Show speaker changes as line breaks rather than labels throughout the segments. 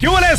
tardes,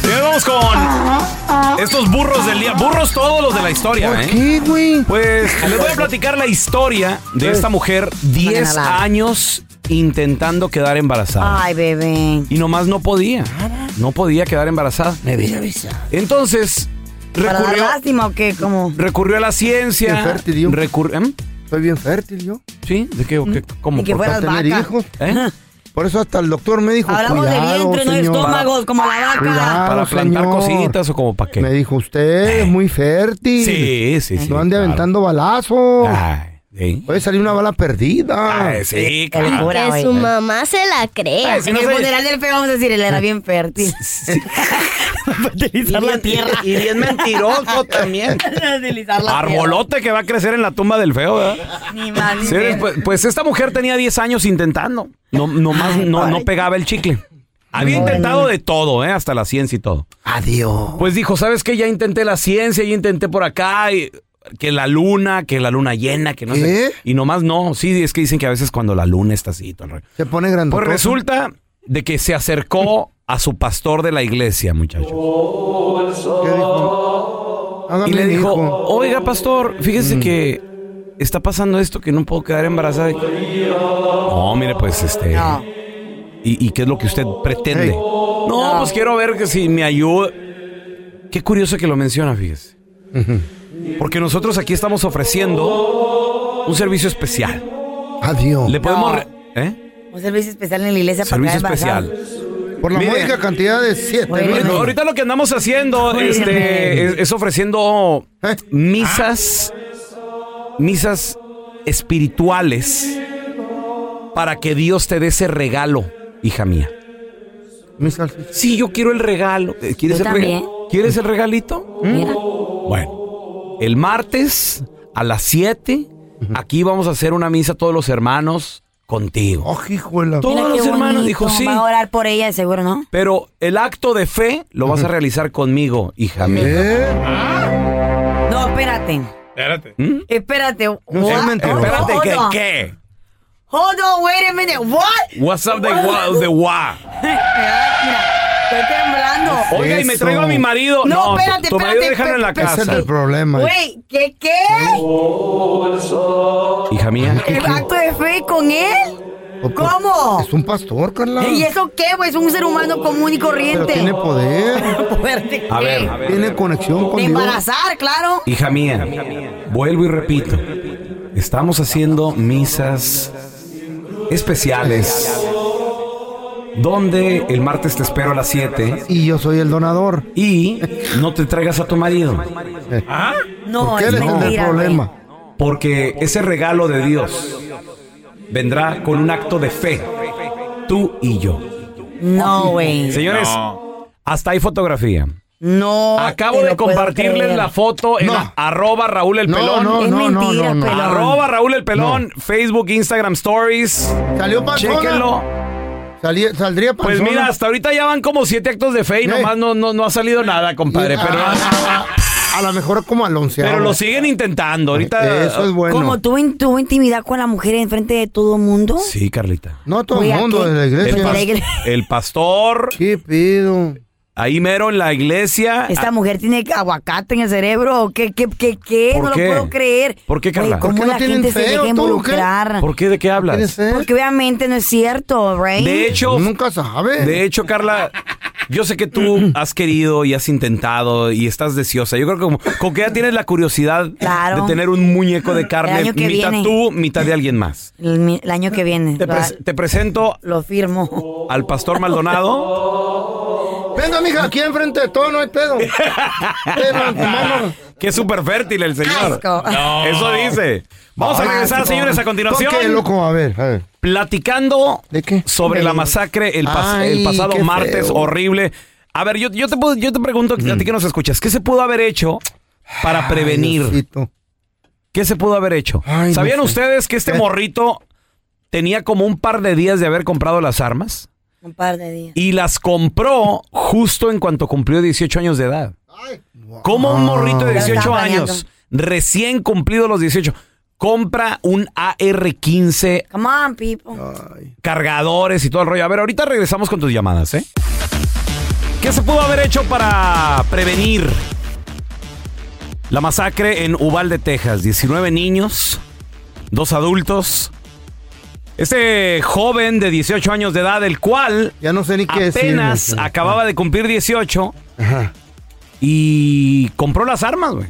Señores, vamos con estos burros del día. Burros todos los de la historia,
¿Por
¿eh?
qué, güey?
Pues les voy a platicar la historia de esta mujer 10
nada.
años intentando quedar embarazada.
Ay, bebé.
Y nomás no podía. No podía quedar embarazada.
Me vi avisa.
Entonces,
¿Para dar
recurrió,
lástima o qué? Como...
recurrió a la ciencia.
Qué fértil, Dios.
recur- ¿em?
Estoy bien fértil yo.
¿Sí? ¿De qué? o qué? ¿Cómo?
Mm. ¿Y qué
¿Por
fueras
Para tener
vaca.
hijos.
qué? ¿Eh?
Por eso hasta el doctor me dijo.
Hablamos de
"Cuidado,
vientre, no de
señor".
estómagos, como la vaca.
Cuidado,
¿Para plantar
señor.
cositas o como para
Me
qué?
dijo, usted es muy fértil.
Sí, sí, sí.
No ande
claro.
aventando balazos.
Ay, sí.
Puede salir una bala perdida.
Ay, sí,
Qué
claro.
locura,
Que
güey.
su mamá se la cree.
Ay, sí.
En
no
el
sé.
funeral del feo vamos a decir, él era bien fértil. Fertilizar la tierra.
Y bien mentiroso también.
Fertilizar la
Arbolote que va a crecer en la tumba del feo, ¿verdad?
tierra. Ni más ni
Sí,
menos.
pues, pues esta mujer tenía 10 años intentando. No, nomás no, no pegaba el chicle. Había intentado de todo, ¿eh? hasta la ciencia y todo.
Adiós.
Pues dijo, ¿sabes qué? Ya intenté la ciencia, ya intenté por acá, y- que la luna, que la luna llena, que no
¿Eh?
sé.
¿Qué?
Y nomás no. Sí, es que dicen que a veces cuando la luna está así y todo el rollo.
Se pone grande.
Pues resulta de que se acercó a su pastor de la iglesia, muchachos.
¿Qué dijo? Hágame
Y le
un
dijo,
hijo.
oiga, pastor, fíjese que está pasando esto, que no puedo quedar embarazada. No, mire, pues este...
No.
¿Y, y qué es lo que usted pretende?
Hey.
No, pues quiero ver que si me ayuda. Qué curioso que lo menciona, fíjese. Porque nosotros aquí estamos ofreciendo un servicio especial.
Adiós.
Le podemos...
No.
re- ¿Eh?
Un servicio especial en la iglesia para
Servicio
quedar embarazada.
especial.
Por la
Mire.
módica cantidad de 7
Bueno.
Ahorita- Ahorita lo que andamos haciendo este, es, es ofreciendo
¿Eh?
misas, misas espirituales para que Dios te dé ese regalo, hija mía.
Mis salsas.
Sí, yo quiero el regalo. Eh, ¿Quieres,
Yo
el rega-
también.
¿Quieres el regalito?
Mira.
Bueno, el martes a las 7, aquí vamos a hacer una misa todos los hermanos contigo.
Oh, hijuela.
Todos
Mira qué
los hermanos,
bonito.
dijo sí.
Va a orar por ella, seguro, ¿no?
Pero el acto de fe lo vas a realizar conmigo, hija mía. ¿Mm?
¿Eh?
No, espérate. Espérate. Espérate.
No seas mentiroso.
¿Eh? Espérate,
hold
¿qué?
on.
¿qué?
Hold on, wait a minute. What?
What's up de wa? de wa?
Mira, estoy temblando.
Oiga, y me
Eso.
traigo a mi marido.
No,
No, tu,
espérate,
tu marido
espérate,
déjalo en la
espérate,
Ese es
casa.
el problema.
Güey, ¿qué qué?
Hija mía.
¿El acto de fe con él?
O-
¿Cómo?
Ah, Es un pastor, Carla.
¿Y eso qué, güey? Es un ser humano común y
Pero
corriente.
tiene poder.
Fuerte,
A
¿qué?
ver, a ver.
Eh, Tiene conexión con
De
Dios.
embarazar, claro.
Hija mía, vuelvo y repito, estamos haciendo misas especiales donde el martes te espero a las 7
Y yo soy el donador. Eh.
y no te traigas a tu marido,
No,
Porque
es
él es el del
mentira. güey.
problema.
porque ese regalo de Dios vendrá con un acto de fe, tú y yo.
No, güey.
Señores, Ah, hasta hay fotografía.
No.
Acabo
Ah, te
de
lo puedo
compartirles
creer.
la foto en
No.
a- arroba Raúl el
No,
Pelón.
no,
Es
no, no,
mentira,
no, no.
pelón.
Arroba Raúl el Pelón, Facebook, Instagram Stories.
Salió panzona.
Chéquenlo.
Salí- saldría panzona.
Pues mira, hasta ahorita ya van como siete actos de fe y
Sí.
nomás no, no, no ha salido nada, compadre.
Y-
Pero,
a, a- a lo mejor como al onceavo.
pero lo siguen intentando. Ahorita.
Eso es bueno.
Como tuvo, in- tuvo intimidad con la mujer enfrente de todo el mundo.
Sí, Carlita.
No todo
Güey, ¿a
el mundo
qué?
de la
El,
iglesia.
Pero-
pas- el pastor,
¿Qué pido?
ahí mero en la iglesia.
¿Esta
Ah,
mujer tiene aguacate en el cerebro? ¿o ¿Qué, qué, qué, qué?
¿Por
No
qué?
lo puedo creer.
¿Por qué, Carla?
Güey, ¿Cómo
¿Por qué no
la
tienen
gente se
feo
deja
tú, o qué?
involucrar?
¿Por qué? ¿De qué
¿Quieres
hablas?
ser?
Porque obviamente no es cierto, ¿right?
De hecho,
Nunca sabe.
de hecho, Carla, yo sé que tú has querido y has intentado y estás deseosa. Yo creo que como, con que ya tienes la curiosidad
Claro.
de tener un muñeco de carne,
año
mitad
que viene.
tú, mitad de alguien más.
el, mi- el
Ah.
año que viene.
Te,
Lo,
pres- te presento
lo firmo.
al pastor Maldonado.
Venga, mija, aquí enfrente de todo no hay pedo. Ven, hermano.
Qué súper fértil el señor.
Asco.
No. Eso dice. Vamos a regresar,
Asco.
señores, a continuación.
Ah, ¿Con qué, loco? A ver, a ver.
Platicando
¿De qué?
sobre la masacre el, pas-
Ay,
el pasado
qué
martes
feo.
horrible A ver, yo, yo, te, puedo- yo te pregunto a ti que nos escuchas, ¿qué se pudo haber hecho para prevenir? ¿Qué se pudo haber hecho?
Ay, no
¿Sabían
sé.
ustedes que este
¿Qué?
morrito tenía como un par de días de haber comprado las armas?
Un par de días.
Y las compró justo en cuanto cumplió 18 años de edad. ¿Cómo un morrito de
Ya lo
18
estaba
años,
planeando.
recién cumplido los 18, compra un AR-15,
Come on, people.
cargadores y todo el rollo? A ver, ahorita regresamos con tus llamadas, ¿eh? ¿Qué se pudo haber hecho para prevenir la masacre en Uvalde, Texas? 19 niños, dos adultos. Este joven de 18 años de edad, el cual
Ya no sé ni qué decir.
apenas acababa de cumplir 18 y compró las armas, güey.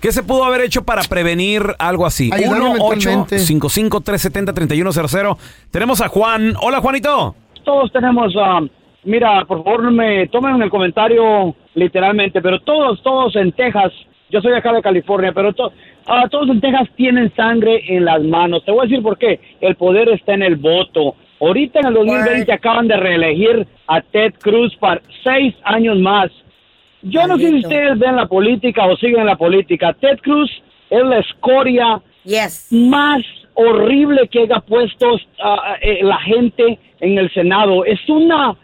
¿Qué se pudo haber hecho para prevenir algo así?
Ayudarlo
1 8
mentalmente.
370 3100 Tenemos a Juan. Hola, Juanito.
todos tenemos, um, mira, por favor, no me tomen el comentario literalmente, pero todos, todos en Texas, yo soy acá de California, pero to- ah, todos en Texas tienen sangre en las manos. Te voy a decir por qué. El poder está en el voto. Ahorita en el 2020 acaban de reelegir a Ted Cruz para seis años más. Yo no sé si
Maldito.
ustedes ven la política o siguen la política. Ted Cruz es la escoria
Yes.
más horrible que haya puesto ah, eh, la gente en el Senado. Es una...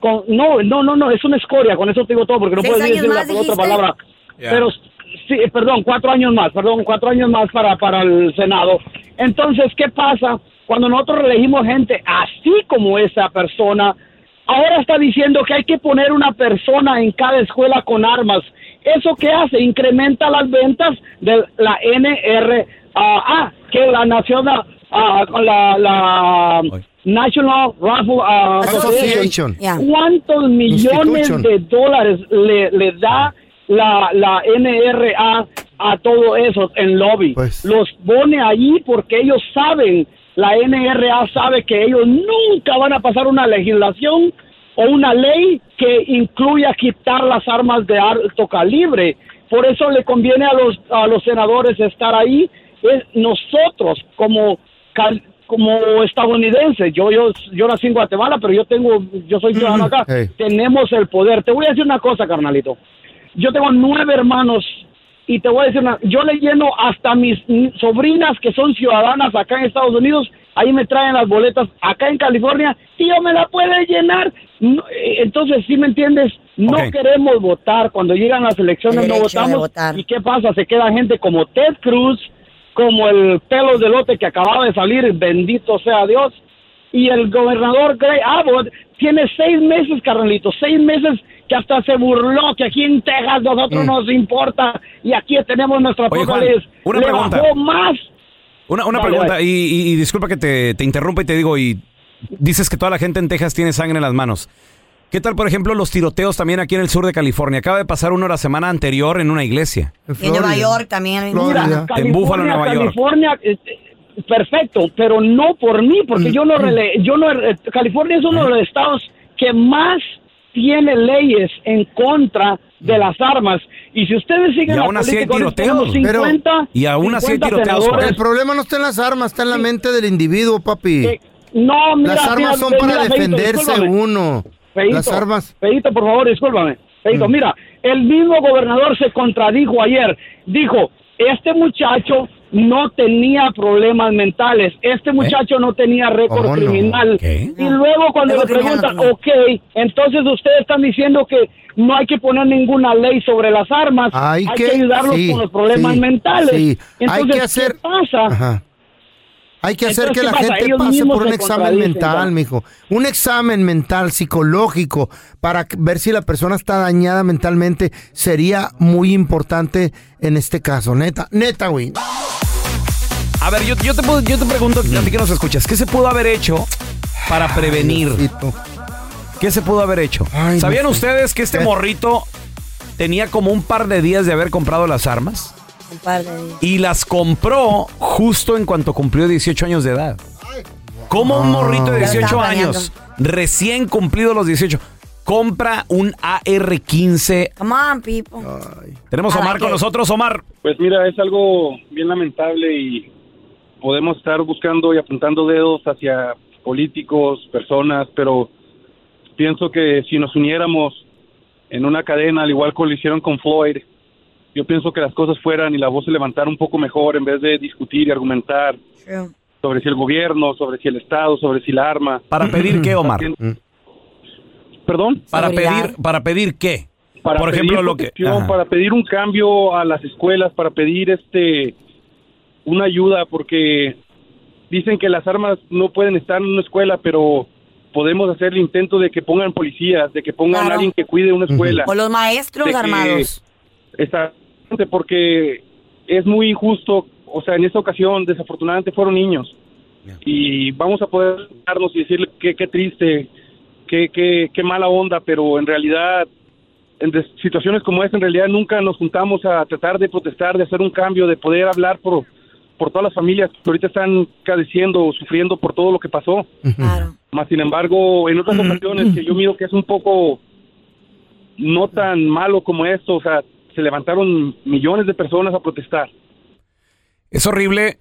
con- no, no, no, no, es una escoria, con eso te digo todo, porque no
¿Seis
puedo decir
años
la
más
otra
dijiste?
palabra. Pero, sí, eh, perdón, cuatro años más, perdón, cuatro años más para, para el Senado. Entonces, ¿qué pasa cuando nosotros elegimos gente así como esa persona? Ahora está diciendo que hay que poner una persona en cada escuela con armas. ¿Eso qué hace? Incrementa las ventas de la NRA, que es la Nacional, ah, la, la National Rifle ah,
Association.
Yeah.
¿Cuántos millones
Institution.
de dólares le, le da la, la NRA a todo eso en lobby?
Pues.
Los pone allí porque ellos saben, la NRA sabe que ellos nunca van a pasar una legislación o una ley que incluya quitar las armas de alto calibre. Por eso le conviene a los, a los senadores estar ahí. Es nosotros, como cal- como estadounidenses, yo, yo, yo nací en Guatemala, pero yo tengo, yo soy ciudadano acá,
Hey.
tenemos el poder. Te voy a decir una cosa, carnalito. Yo tengo nueve hermanos y te voy a decir una, yo le lleno hasta mis n- sobrinas que son ciudadanas acá en Estados Unidos, ahí me traen las boletas acá en California, tío, me la puede llenar. No, eh, entonces, si me entiendes? No
Ok.
queremos votar, cuando llegan las elecciones
El
no
derecho de
votamos.
votar.
¿Y qué pasa? Se queda gente como Ted Cruz, como el pelo de lote que acababa de salir, bendito sea Dios. Y el gobernador Gray Abbott tiene seis meses, carnalito, seis meses que hasta se burló que aquí en Texas nosotros nos importa y aquí tenemos nuestra
Mm. Oye,
propia
Juan,
ley.
una
Le
pregunta.
bajó más.
Una, una
Dale,
pregunta,
dale.
y, y- y disculpa que te, te interrumpa y te digo, y dices que toda la gente en Texas tiene sangre en las manos. ¿Qué tal, por ejemplo, los tiroteos también aquí en el sur de California? Acaba de pasar uno la semana anterior en una iglesia.
Y en Nueva York también. el mismo.
Florida.
Mira,
En Búfalo, Nueva York.
California, eh, eh, perfecto, pero no por mí,
Mm.
porque yo no, rele- yo no, eh, California es uno de los estados que más tiene leyes en contra de las armas. Y si ustedes siguen
Mm. Y
la
aún así hay
política, ahorita
tiroteos.
tenemos
Pero-
50,
y aún así hay
50
tiroteos,
senadores.
Juan.
El problema no está en las armas, está en la mente del individuo, papi.
Eh, No, mira,
Las armas
mira,
son
mira,
para
Feito,
defenderse
discúlpame.
uno.
Feito,
Las armas. Mm.
Feito, por favor, discúlpame. Feito, mira, el mismo gobernador se contradijo ayer. Dijo, este muchacho no tenía problemas mentales, este muchacho no tenía récord
¿Cómo ¿Eh? Oh, no?
criminal.
¿Qué?
Y luego cuando
Récord
le
criminal
preguntan,
no tenía.
ok, entonces ustedes están diciendo que no hay que poner ninguna ley sobre las armas,
Hay,
que, ayudarlos
sí,
con los problemas
sí,
mentales.
sí.
Entonces,
hay que hacer.
¿qué pasa?
Ajá. Hay que hacer
Entonces,
que
¿qué
la
pasa?
gente
Ellos
pase
mismos
por un
se
examen
contradicen,
mental,
¿no?
mijo. Un examen mental, psicológico, para c- ver si la persona está dañada mentalmente, sería muy importante en este caso. Neta, neta, güey.
A ver, yo, yo te, puedo- yo te pregunto, a ti que nos escuchas, ¿qué se pudo haber hecho para prevenir?
Diosito.
¿Qué se pudo haber hecho?
Ay,
¿Sabían
no sé.
ustedes que este
¿Qué?
morrito tenía como un par de días de haber comprado las armas?
Un par de días.
Y las compró justo en cuanto cumplió 18 años de edad. ¿Cómo
Ah.
un morrito de
Ya lo
18
estaba
años, recién cumplido los 18, compra un AR-15?
Come on, people.
Tenemos a
Ah,
Omar con
¿qué?
nosotros, Omar.
Pues mira, es algo bien lamentable y podemos estar buscando y apuntando dedos hacia políticos, personas, pero pienso que si nos uniéramos en una cadena, al igual que lo hicieron con Floyd, yo pienso que las cosas fueran y la voz se levantara un poco mejor en vez de discutir y argumentar sobre si el gobierno, sobre si el Estado, sobre si la arma.
¿Para pedir qué, Omar?
Mm.
¿Perdón?
Para pedir, para pedir qué?
Para
Por
pedir
ejemplo, lo que...
protección,
Ajá.
Para pedir un cambio a las escuelas, para pedir este una ayuda, porque dicen que las armas no pueden estar en una escuela, pero podemos hacer el intento de que pongan policías, de que pongan
Claro.
alguien que cuide una escuela.
O los maestros
de que-
armados.
Exactamente, porque es muy injusto. O sea, en esta ocasión, desafortunadamente, fueron niños. Y vamos a poder darnos y decirle que qué triste, qué, qué, qué mala onda, pero en realidad, en des- situaciones como esta, en realidad nunca nos juntamos a tratar de protestar, de hacer un cambio, de poder hablar por, por todas las familias que ahorita están careciendo, sufriendo por todo lo que pasó. Más sin embargo, en otras ocasiones que yo miro que es un poco no tan malo como esto, o sea, se levantaron millones de personas a protestar.
Es horrible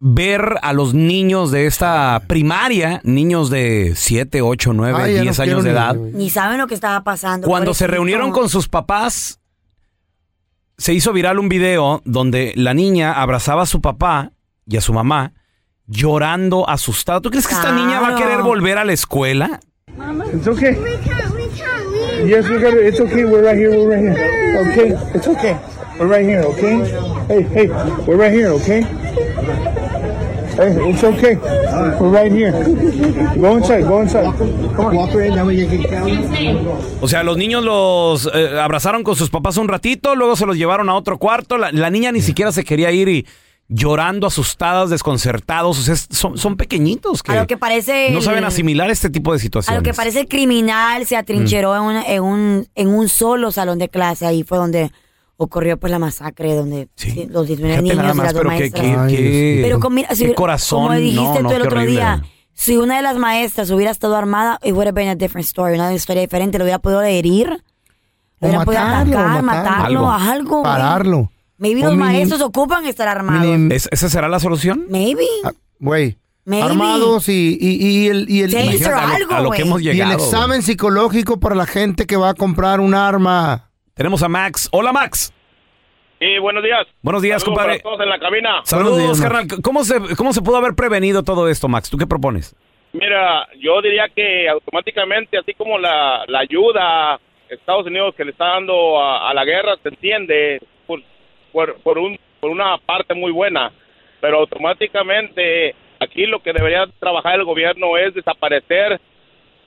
ver a los niños de esta primaria, niños de 7, 8, 9,
Ay, ya
10
no
años de
quiero ni-
edad,
Ni saben lo que estaba pasando.
cuando se
pobrecito.
reunieron con sus papás, se hizo viral un video donde la niña abrazaba a su papá y a su mamá llorando asustada. ¿Tú crees que esta niña va a querer volver a la escuela?
It's okay. We can't, we can't leave. Yes, we got to. It's okay. We're right here. We're right here. Okay. It's okay. We're right here. Okay. Hey, hey. We're right here. Okay. Hey, it's okay. We're right here. Go inside. Go inside. Come on. Walk right now. We can get down.
O sea, los niños los eh, abrazaron con sus papás un ratito, luego se los llevaron a otro cuarto. La, la niña ni siquiera se quería ir y llorando, asustadas, desconcertados. O sea, es- son, son pequeñitos que,
A lo que parece.
no
el-
saben asimilar este tipo de
A
situaciones. Mm.
lo que parece el criminal se atrincheró en, una- en un, en un solo salón de clase. Ahí fue donde ocurrió pues la masacre, donde sí, los 19
Fíjate
niños y
nada
las
más,
dos
pero qué-
maestras.
qué- Ay, qué- Dios mío.
pero con, mira, si
qué
hubiera-
corazón,
Como
no,
dijiste
no,
tú el
qué
otro
horrible.
día, si una de las maestras hubiera estado armada, it would have been a different story, una historia diferente. Lo hubiera podido herir, lo hubiera podido
matarlo,
atacar,
matarlo.
matarlo,
Algo.
algo. güey.
Pararlo.
Maybe
O
los
minim-
maestros ocupan estar armados.
¿Es- ¿Esa será la solución?
Maybe.
Ah, Güey.
Maybe.
Armados y, y, y el, y el,
Taser,
Imagínate
algo, güey.
Y el examen psicológico para la gente que va a comprar un arma.
Tenemos a Max. Hola, Max.
Sí, buenos días.
Buenos días,
Saludos
compadre.
para todos en la cabina.
Saludos, carnal. ¿Cómo se, ¿Cómo se pudo haber prevenido todo esto, Max? ¿Tú qué propones?
Mira, yo diría que automáticamente, así como la, la ayuda a Estados Unidos que le está dando a, a la guerra, se entiende por, por, por un, por una parte muy buena, pero automáticamente aquí lo que debería trabajar el gobierno es desaparecer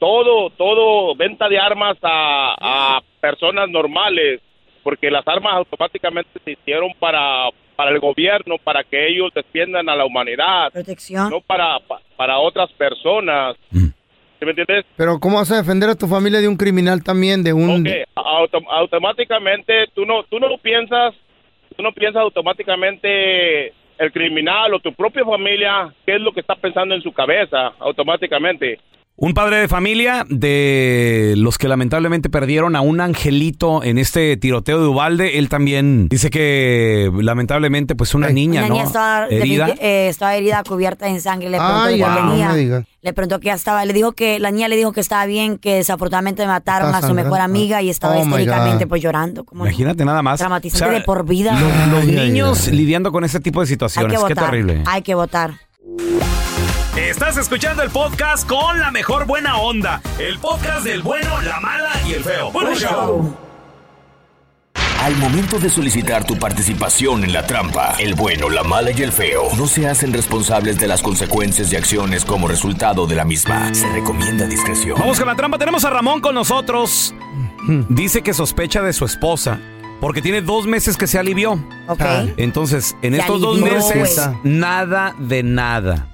todo, todo venta de armas a, a personas normales, porque las armas automáticamente se hicieron para, para el gobierno, para que ellos defiendan a la humanidad,
Protección.
no para, pa- para otras personas. ¿Sí me entiendes?
Pero ¿cómo vas a defender a tu familia de un criminal también? De un...
que autom- Eh, automáticamente tú no tú no piensas tú no piensas automáticamente el criminal o tu propia familia qué es lo que está pensando en su cabeza automáticamente
Un padre de familia de los que lamentablemente perdieron a un angelito en este tiroteo de Ubalde. Él también dice que lamentablemente, pues una niña,
La
¿no?
niña estaba
Herida.
defini- eh, estaba herida, cubierta en sangre. Le preguntó
Ay,
de qué
wow.
venía.
No me digas.
Le preguntó que ya estaba. Le dijo que la niña le dijo que estaba bien, que desafortunadamente mataron
Está
a su mejor
sangrando.
amiga y estaba
Oh, my
histéricamente
God.
pues llorando. Como
Imagínate nada más.
traumatizante
O sea,
de por vida.
lo- los niños lidiando con este tipo de
Hay que
situaciones. Qué
votar.
terrible.
Hay que votar.
Estás escuchando el podcast con la mejor buena onda. El podcast del bueno, la mala y el feo.
Buen show. Al momento de solicitar tu participación en la trampa, el bueno, la mala y el feo no se hacen responsables de las consecuencias y acciones como resultado de la misma. Se recomienda discreción.
Vamos con la trampa. Tenemos a Ramón con nosotros. Dice que sospecha de su esposa porque tiene dos meses que se alivió.
Ok.
Entonces, en
Se
estos dos
alivió, Pues.
meses,
güey.
nada de nada.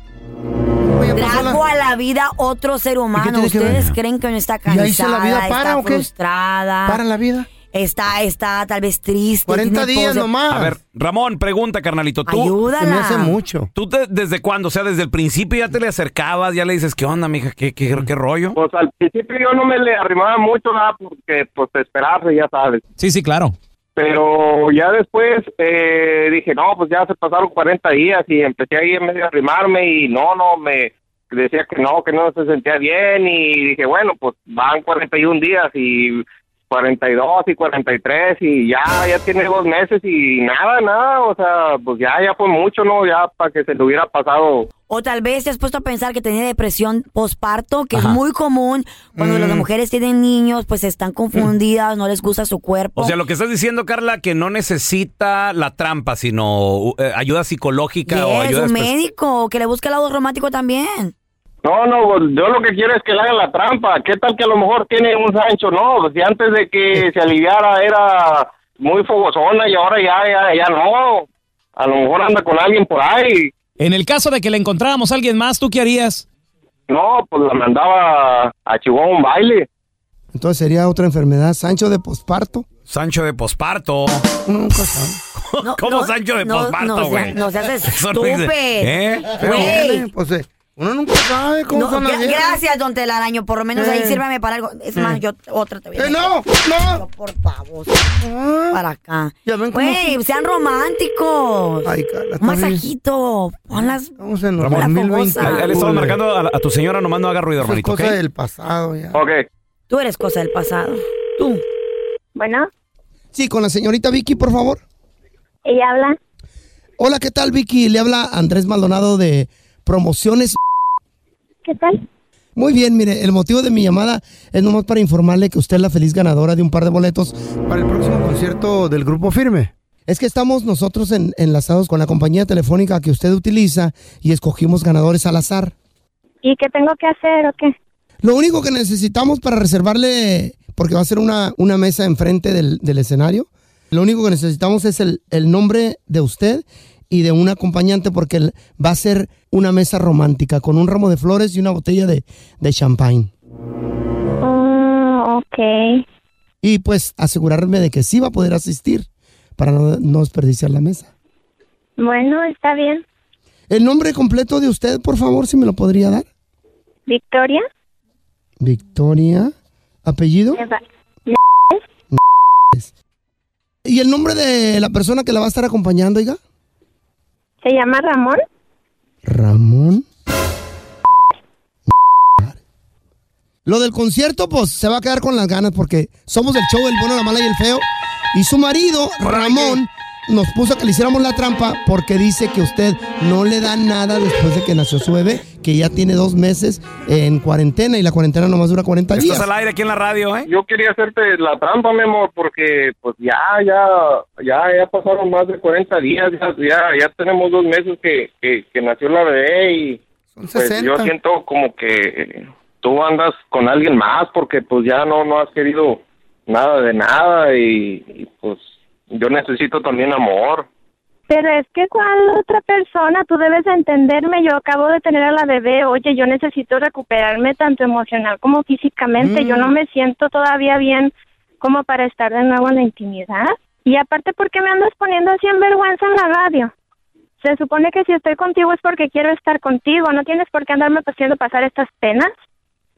Trajo a la vida otro ser humano.
tiene que ver?
¿Ustedes creen que no está
¿Y
cansada?
ahí se la vida para
está
o qué?
frustrada.
¿Para la vida?
Está, está tal vez triste.
40
tiene
días
pose-
nomás.
A ver, Ramón, pregunta, carnalito. ¿tú,
Ayúdala. Se me hace
mucho.
¿Tú te- desde cuándo? O sea, desde el principio ya te le acercabas, ya le dices, ¿qué onda, mija? ¿Qué, qué, qué rollo?
Pues al principio yo no me le arrimaba mucho nada porque pues te esperaba, ya sabes.
Sí, sí, claro.
Pero ya después eh, dije, no, pues ya se pasaron 40 días y empecé ahí en medio a arrimarme y no, no, me, decía que no, que no se sentía bien y dije, bueno, pues van 41 días y 42 y 43 y ya, ya tiene dos meses y nada, nada, o sea, pues ya, ya fue mucho, ¿no? Ya para que se le hubiera pasado.
O tal vez te has puesto a pensar que tenía depresión posparto, que es muy común cuando
Mm.
las mujeres tienen niños, pues están
Mm.
confundidas, no les gusta su cuerpo.
O sea, lo que estás diciendo, Carla, que no necesita la trampa, sino eh, ayuda psicológica o
es
ayuda
un
espe-
médico que le busque el lado romántico también.
No, no, yo lo que quiero es que le hagan la trampa. ¿Qué tal que a lo mejor tiene un Sancho? No, pues, si antes de que se aliviara era muy fogosona y ahora ya, ya, ya no. A lo mejor anda con alguien por ahí.
En el caso de que le encontráramos a alguien más, ¿tú qué harías?
No, pues la mandaba a Chihuahua a un baile.
Entonces sería otra enfermedad, Sancho de posparto.
Sancho de posparto.
Mm,
¿Cómo Sancho de
pues no,
posparto,
no,
güey?
no seas
Eso no dice- ¿Eh?
Güey.
Pues, eh, uno nunca sabe cómo
No,
son las
gra-
viejas.
gracias, don Telaraño, por lo menos ahí
Eh.
sírvame para algo. Es más,
Eh.
yo otra te voy a
Eh, no, no. Ah.
Por favor. Para acá.
cómo
Güey,
son.
sean románticos.
Ay, Carla,
Un
está bien.
masajito. Ponlas.
Vamos en
Ramón,
la
1020.
fogosa.
Ahí- ahí le estamos marcando a, la- a tu señora, nomás no haga ruido,
Eso es
hermanito.
cosa
¿ok?
del pasado ya.
Ok.
Tú eres cosa del pasado. Tú.
Bueno,
Sí, con la señorita Vicky, por favor.
Ella habla.
Hola, ¿qué tal, Vicky? Le habla Andrés Maldonado de Promociones.
¿Qué tal?
Muy bien, mire, el motivo de mi llamada es nomás para informarle que usted es la feliz ganadora de un par de boletos
para el próximo concierto del grupo Firme.
Es que estamos nosotros en- enlazados con la compañía telefónica que usted utiliza y escogimos ganadores al azar.
¿Y qué tengo que hacer o qué?
Lo único que necesitamos para reservarle, porque va a ser una, una mesa enfrente del, del escenario, lo único que necesitamos es el, el nombre de usted y de un acompañante, porque el- va a ser una mesa romántica con un ramo de flores y una botella de, de champagne.
Mm, ok.
Y pues asegurarme de que sí va a poder asistir para no, no desperdiciar la mesa.
Bueno, está bien.
El nombre completo de usted, por favor, si me lo podría dar.
Victoria.
Victoria. ¿Apellido?
Eva-
¿Y el nombre de la persona que la va a estar acompañando, oiga?
¿Se llama Ramón?
Ramón. Lo del concierto, pues se va a quedar con las ganas porque somos el show del bueno, la mala y el feo. Y su marido, Ramón, nos puso a que le hiciéramos la trampa porque dice que usted no le da nada después de que nació su bebé, que ya tiene dos meses en cuarentena y la cuarentena nomás dura 40 días.
Estás al aire aquí en la radio, ¿eh?
Yo quería hacerte la trampa, mi amor, porque pues ya, ya, ya, ya pasaron más de 40 días, ya, ya, ya tenemos dos meses que, que, que nació la bebé y pues
60.
yo siento como que tú andas con alguien más porque pues ya no, no has querido nada de nada y, y, pues yo necesito también amor.
Pero es que cuál otra persona, tú debes de entenderme, yo acabo de tener a la bebé, oye, yo necesito recuperarme tanto emocional como físicamente, yo
Mm.
no me siento todavía bien como para estar de nuevo en la intimidad. Y aparte, ¿por qué me andas poniendo así en vergüenza en la radio? Se supone que si estoy contigo es porque quiero estar contigo, no tienes por qué andarme haciendo pasar estas penas.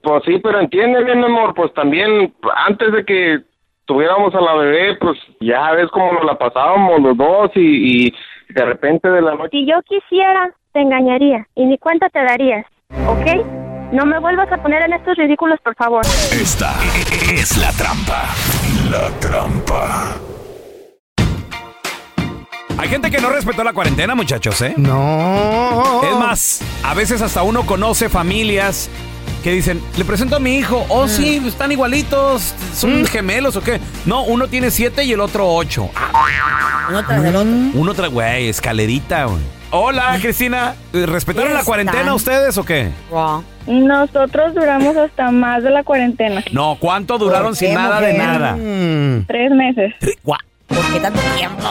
Pues sí, pero entiende bien, mi amor, pues también antes de que tuviéramos a la bebé, pues ya ves cómo nos la pasábamos los dos y, y de repente de la noche...
Si yo quisiera, te engañaría y ni cuenta te darías, ¿ok? No me vuelvas a poner en estos ridículos, por favor.
Esta es la trampa. La trampa.
Hay gente que no respetó la cuarentena, muchachos, ¿eh?
No.
Es más, a veces hasta uno conoce familias que dicen, le presento a mi hijo, oh sí, están igualitos, son gemelos o qué. No, uno tiene siete y el otro ocho. Uno tras el otro. Uno tras, güey, escalerita, güey. Hola, Cristina. Eh, ¿Respetaron la
Están-
cuarentena ustedes o qué?
Nosotros duramos hasta más de la cuarentena.
No, ¿cuánto duraron sin
qué,
nada de
mujer?
nada? Mm.
Tres meses.
Gua-
¿Por qué tanto tiempo?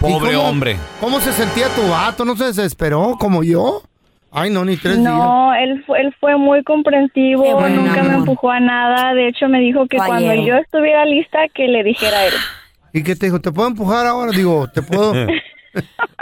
Pobre
¿Y cómo-
hombre.
¿Cómo se sentía tu vato? ¿No se desesperó como yo? Ay, no, ni tres días.
No, él fue, él fue muy comprensivo, nunca me empujó a nada. De hecho, me dijo que cuando yo
Caballero.
estuviera lista, que le dijera a él.
¿Y qué te dijo? ¿Te puedo empujar ahora? Digo, ¿te puedo?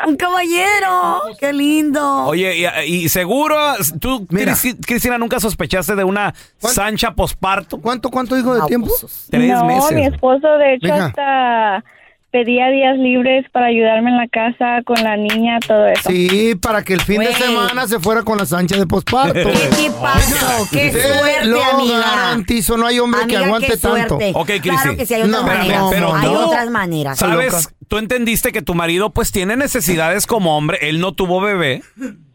Un caballero. Qué lindo.
Oye, y, y seguro, tú, Cristi- Cristina, nunca sospechaste de una Sancha posparto.
¿Cuánto, cuánto dijo de tiempo?
Tres
no, mi
meses.
esposo, de hecho,
Mija.
hasta
pedía días libres para ayudarme en la casa, con la niña, todo eso.
Sí, para que el fin de
Güey.
semana se fuera con la Sánchez de posparto.
¿Qué tipazo?
¡Qué
Te
suerte,
lo
amiga!
garantizo, no hay hombre
Amiga,
que aguante
qué
tanto.
suerte.
Ok, Cristi.
Claro que sí, hay otras
No,
maneras.
espérame, pero
hay
tú-
otras maneras.
¿Sabes? Tú entendiste que tu marido pues tiene necesidades como hombre. Él no tuvo bebé.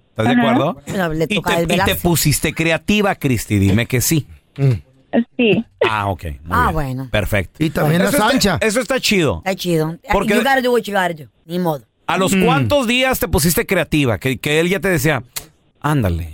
¿Estás de
Ajá.
acuerdo?
No, le
Y
toca
te,
el
y te
velazo.
pusiste creativa, Cristi. Dime que sí.
Sí.
Ah, ok. muy
Ah,
bien.
bueno.
Perfecto. Y
también la
Sancha. Eso está chido.
Está chido.
Porque-
You gotta do what you gotta do. Ni modo.
¿A
Mm.
Mm.
los cuántos días te pusiste creativa? Que, que él ya te decía, ándale.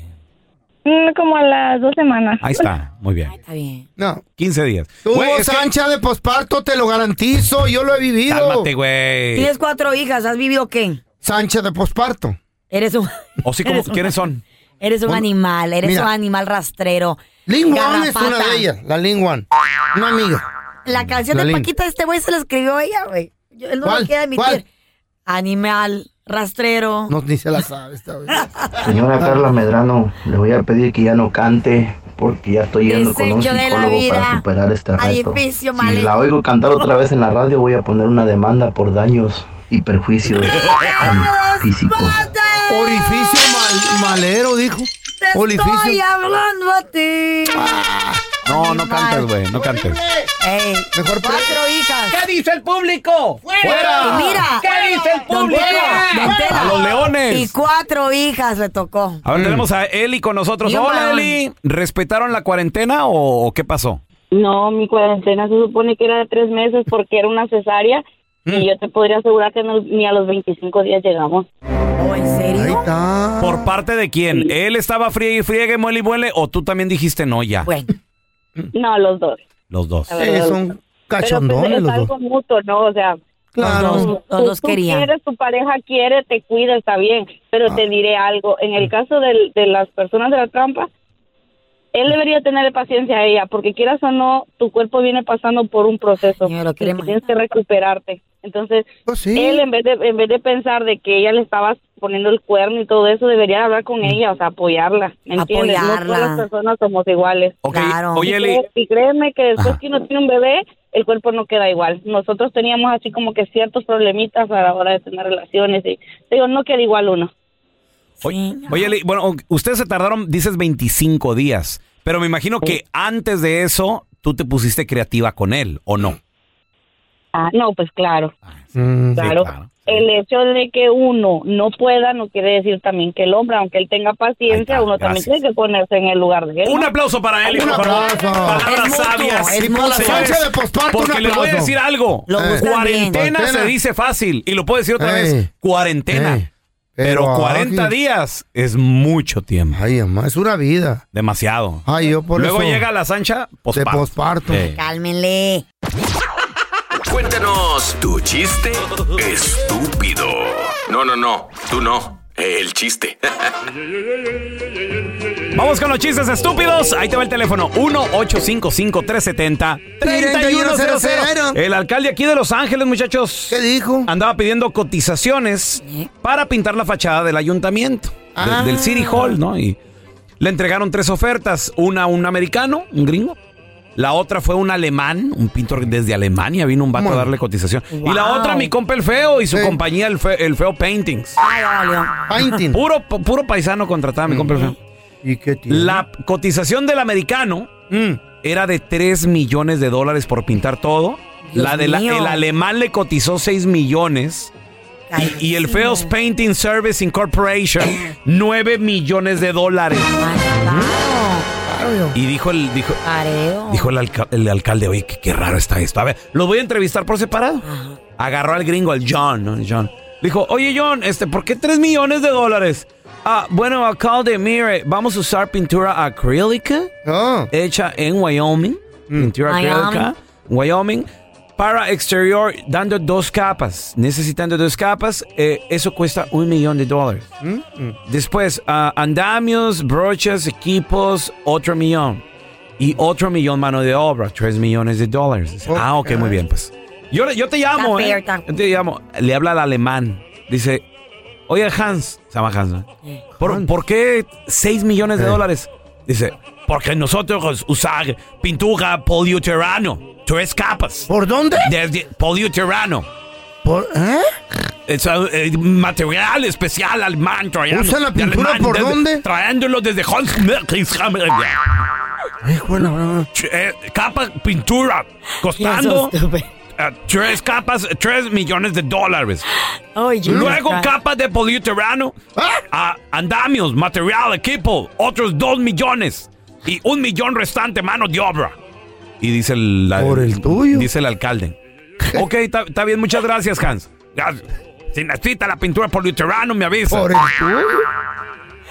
Mm, Como a las dos semanas.
Ahí está. Muy bien.
Está bien.
No.
15 días.
Tuvo
Güey, es que-
Sancha de posparto, te lo garantizo, yo lo he vivido.
Cálmate, güey.
Tienes cuatro hijas, ¿has vivido qué?
Sancha de posparto.
Eres un...
O sí, como,
eres un-
¿quiénes son?
Eres un
Bueno,
animal, eres
mira.
un animal rastrero.
Lingwan es una
Garrapata.
de ellas, la Lingwan. Una amiga.
La canción
La
de
Lin.
Paquita, este güey se la escribió ella, güey. Yo- Él no
Mm, ¿Cuál?
lo quiere admitir.
¿Cuál?
Animal, rastrero.
No, ni se la sabe esta vez.
Señora Carla Medrano, le voy a pedir que ya no cante porque ya estoy yendo con un
Desecho de la
psicólogo
vida.
para superar este reto.
Edificio
Si
male-
la oigo cantar otra vez en la radio, voy a poner una demanda por daños y perjuicios al físico.
Orificio mal- malero, dijo.
Te estoy
Orificio. Ah.
hablando a ti.
No, no cantes, güey. No cantes.
Mejor
cuatro hijas.
¿Qué dice el público?
¡Fuera! Y mira.
¿Qué dice el
Don
público?
Tela, Don Tela.
A los leones.
Y cuatro hijas le tocó.
A ver, tenemos a Eli con nosotros.
Ni un
Hola,
varón.
Eli. ¿Respetaron la cuarentena o, o qué pasó?
No, mi cuarentena se supone que era de tres meses porque era una cesárea y yo te podría asegurar que no- ni a los 25 días llegamos.
¿Por parte de quién? ¿Él estaba friegue y friegue, muele y muele? ¿O tú también dijiste no ya?
No, los dos.
Los dos.
la verdad, los dos. Pero, pues, es algo mutuo, ¿no? O sea,
Claro.
tú-
Los dos-
tú-
los dos
tú
querían.
quieres, tu pareja quiere, te cuida, está bien. Pero te diré algo. En el caso del- de las personas de la trampa, él debería tenerle paciencia a ella, porque quieras o no, tu cuerpo viene pasando por un proceso y que tienes que recuperarte. Entonces, él en vez de en vez de pensar de que ella le estaba poniendo el cuerno y todo eso, debería hablar con ella, o sea, apoyarla, ¿me entiendes? No todas
Apoyarla.
las personas somos iguales.
Claro. Oye,
Y
Eli.
cree- Y créeme que después que uno tiene un bebé, el cuerpo no queda igual. Nosotros teníamos así como que ciertos problemitas a la hora de tener relaciones y te digo, no queda igual uno.
Oye, oye, Eli, bueno, ustedes se tardaron, dices, 25 días. Pero me imagino que antes de eso, tú te pusiste creativa con él, ¿o no?
Ah, no, pues claro.
Ah, Mm, sí,
claro.
claro.
El hecho de que uno no pueda no quiere decir también que el hombre, aunque él tenga paciencia, uno
gracias.
también tiene que ponerse en el lugar de él.
Un
¿no?
aplauso para Eli,
Un
por favor.
aplauso.
Palabras
Es mutuo,
sabias.
es
Sí,
mutuo.
señores,
La Sánchez de posparto,
Porque
un
le voy a
aplauso.
decir algo. Eh,
Lo buscan
cuarentena
bien.
se dice fácil. Y lo puedo decir otra vez. Cuarentena. pero
pero
40
ágil.
días es mucho tiempo.
Ay, mamá, es una vida.
Demasiado.
Ay, yo por
Luego
eso-
llega la Sancha
De posparto.
Sí.
Cálmenle.
Cuéntanos tu chiste estúpido. No, no, no. Tú no. El chiste.
Vamos con los chistes estúpidos. Ahí te va el teléfono. 1-855-370-3100. El alcalde aquí de Los Ángeles, muchachos. ¿Qué dijo? Andaba pidiendo cotizaciones para pintar la fachada del ayuntamiento, de-
Ah.
del City Hall, ¿no? Y le entregaron tres ofertas. Una a un americano, un gringo. La otra fue un alemán, un pintor desde Alemania. Vino un vato a darle cotización. Y la
Wow.
otra, mi compa el feo y su compañía, el feo, el feo Paintings.
Painting. Mm.
Puro, puro paisano contratado, mi compa el feo.
¿Y qué tiene? Mm.
La cotización del americano era de 3 millones de dólares por pintar todo.
Dios
la del
mío.
el alemán le cotizó 6 millones. Y, y el Feos Painting Service Incorporation, 9 millones de dólares. Y dijo el, dijo, dijo el, alca- el alcalde, oye, qué, qué raro está esto. A ver, los voy a entrevistar por separado. Agarró al gringo, al John, ¿no? John. Le Dijo, oye John, este, ¿por qué 3 millones de dólares? Ah, bueno, alcalde, mire, vamos a usar pintura acrílica hecha en Wyoming. Pintura
Wyoming.
acrílica, Wyoming. Para exterior, dando dos capas. Necesitando dos capas, eh, eso cuesta un millón de dólares. Después, ah, andamios, brochas, equipos, otro millón. Y otro millón mano de obra, tres millones de dólares. Dice, ah, ok, muy bien, pues. Yo, yo te llamo,
Está
¿eh?
fair, está-
Yo te llamo. Le habla al alemán. Dice, oye, Hans, se llama Hans, ¿no?
Eh,
¿Por, por qué seis millones de dólares? Dice, porque nosotros usar pintura poliuterano, tres capas. ¿Por dónde? Desde poliuterano.
¿Por, ¿Eh?
Es, eh, material especial al manto.
¿Usa la pintura por dónde?
Trayéndolo desde Hans Ch- eh, Capa pintura costando eh, tres capas, tres millones de dólares.
Jesus
Luego
Christ.
capas de poliuterano, ah, andamios, material, equipo, otros dos millones y un millón restante mano de obra. Y dice el, por el tuyo. Dice el alcalde. ok, está está bien, muchas gracias, Hans. Gracias. Si necesita la pintura poliuterano, me avisa.
¿Por el tuyo?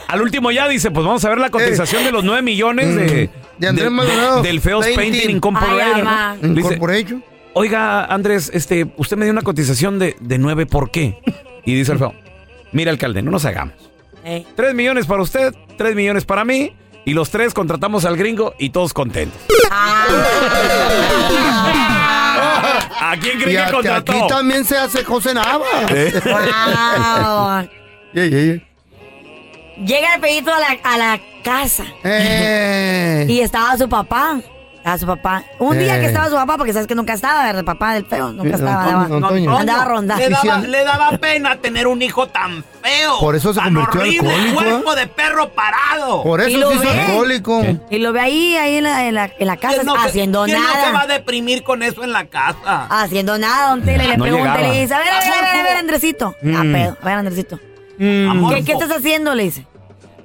Al último ya dice, pues vamos a ver la cotización de los 9 millones de,
Eh. Mm. De Andrés
del-
Maldonado.
del Feos Painting,
Painting.
Incorporated.
Ay, ama.
¿no? Le dice, Oiga, Andrés, este, usted me dio una cotización de, de 9, ¿por qué? Y dice el feo, mira alcalde, no nos hagamos.
Eh.
3 millones para usted, 3 millones para mí, y los tres contratamos al gringo y todos contentos. ¿A quién cree
Y
que
a-
contrató?
Aquí también se hace José Nava.
¿Eh?
Wow.
Yeah, yeah, yeah.
Llega el pedito a la, a la casa.
Eh.
y estaba su papá. Estaba su papá. Un día
Eh.
que estaba su papá, porque sabes que nunca estaba, ¿verdad? El papá del feo. Nunca
Eh, don
estaba.
Toño,
andaba-
don Toño.
Andaba rondando.
Le daba, le daba pena tener un hijo tan feo.
Por eso se
tan
convirtió en
horrible,
alcohólico, ¿eh?
cuerpo de perro parado.
Por eso se hizo alcohólico.
Y lo ve ahí, ahí en la, en la, en la casa,
¿Quién no se-
haciendo
quién no
nada.
se va a deprimir con eso en la casa?
Haciendo nada, don Tela. Y le
No
pregunta y
llegaba.
le dice: A ver, a ver, a ver, a ver, Andresito. Ah,
Mm.
pedo. A ver, Andresito.
Mm.
¿Qué,
Amorfo.
qué estás haciendo? Le dice.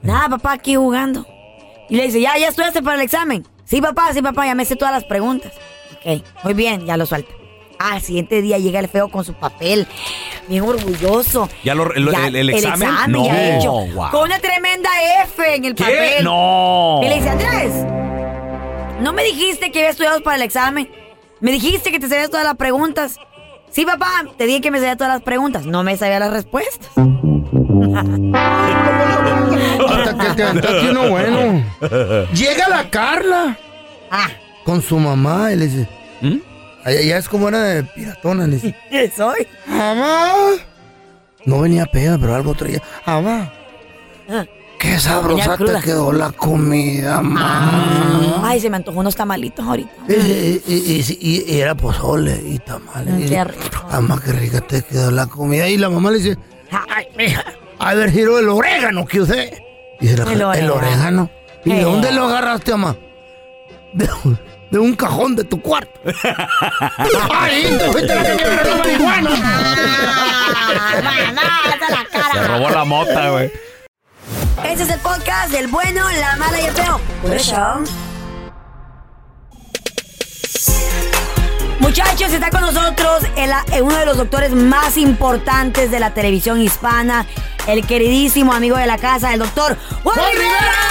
Nada, papá, aquí jugando. Y le dice, ya, ya estudiaste para el examen. Sí, papá, sí, papá, ya me sé todas las preguntas. Ok, muy bien, ya lo suelta. Ah, Al siguiente día llega el feo con su papel, bien orgulloso.
¿Ya lo- el- el- el examen? No,
ya hecho.
guau.
Con una tremenda F en el
¿Qué?
papel.
No.
Y le dice, Andrés, ¿no me dijiste que había estudiado para el examen? ¿Me dijiste que te sabías todas las preguntas? Sí, papá, te dije que me sabía todas las preguntas. No me sabía las respuestas.
Hasta que te aventaste uno bueno. Llega la Carla. Con su mamá y le dice.
¿Mm?
Ella ella es como era de piratona, le dice.
¿Qué soy?
Mamá. No venía peda, pero algo traía. Mamá. Qué
Venía
sabrosa
cruda.
te quedó la comida, Eh, mamá.
Ay, se me antojó unos tamalitos ahorita.
Y, y- y- y- y era pozole y tamales.
Mm,
Y-
qué rico.
Mamá, qué rica te quedó la comida. Y la mamá le dice, ay, mija, a ver, giro el orégano que usé. Y se la-
El
el,
orégano.
orégano. ¿Y de
Eh.
dónde lo agarraste, mamá? De, un- de un cajón de tu cuarto. ¡Ay, te fuiste la que me agarró la
Se robó la mota, güey.
Este es el podcast del bueno, la mala y el feo. Por eso. Muchachos, está con nosotros el- eh, uno de los doctores más importantes de la televisión hispana, el queridísimo amigo de la casa, el doctor Juan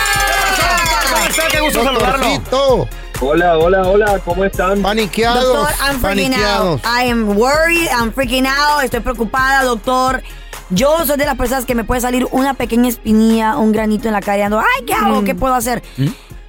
Rivera.
¡Qué gusto saludarlo! Hola, hola, hola, ¿cómo están?
Paniqueados,
Doctor, I'm freaking out. I am worried, I'm freaking out. Estoy preocupada, doctor. Yo soy de las personas que me puede salir una pequeña espinilla, un granito en la cara y ando, ay, ¿qué hago? ¿Qué puedo hacer?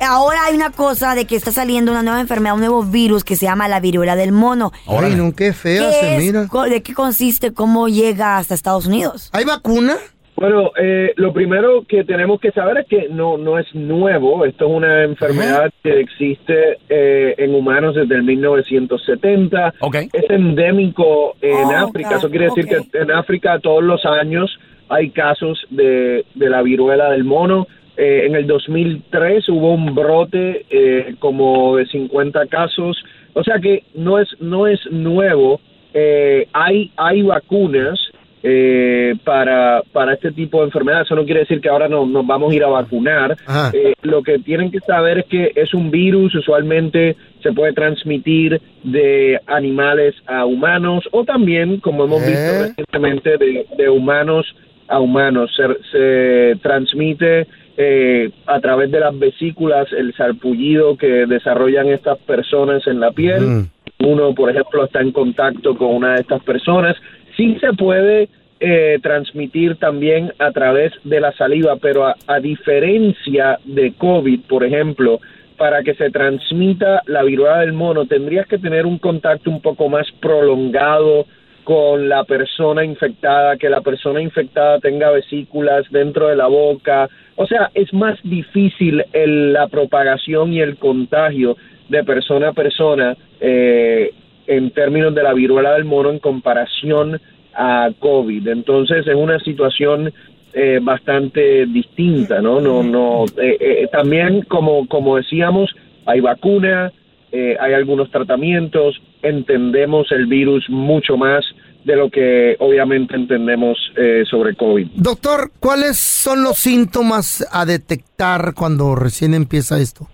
Ahora hay una cosa de que está saliendo una nueva enfermedad, un nuevo virus que se llama la viruela del mono.
Ay, no, qué fea
¿Qué
se
es?
mira.
Co- ¿De qué consiste? ¿Cómo llega hasta Estados Unidos?
¿Hay vacuna?
Bueno, eh, lo primero que tenemos que saber es que no, no es nuevo. Esto es una enfermedad que existe eh, en humanos desde el 1970. Es endémico en
Oh,
África. Eso quiere decir que en África todos los años hay casos de, de la viruela del mono. Eh, en el 2003 hubo un brote eh, como de 50 casos. O sea que no es, no es nuevo. Eh, hay, hay vacunas eh, para, para este tipo de enfermedad. Eso no quiere decir que ahora no, nos vamos a ir a vacunar.
Ajá.
Eh, lo que tienen que saber es que es un virus, usualmente se puede transmitir de animales a humanos o también, como hemos visto recientemente, de, de humanos a humanos. Se, se transmite eh, a través de las vesículas, el sarpullido que desarrollan estas personas en la piel uno, por ejemplo, está en contacto con una de estas personas, sí se puede eh, transmitir también a través de la saliva, pero a, a diferencia de COVID, por ejemplo, para que se transmita la viruela del mono, tendrías que tener un contacto un poco más prolongado con la persona infectada, que la persona infectada tenga vesículas dentro de la boca. O sea, es más difícil el- la propagación y el contagio de persona a persona eh, en términos de la viruela del mono en comparación a COVID. Entonces es una situación eh, bastante distinta, ¿no? No, no. eh, eh, también como como decíamos, hay vacuna, eh, hay algunos tratamientos, entendemos el virus mucho más de lo que obviamente entendemos eh, sobre COVID.
Doctor, ¿cuáles son los síntomas a detectar cuando recién empieza esto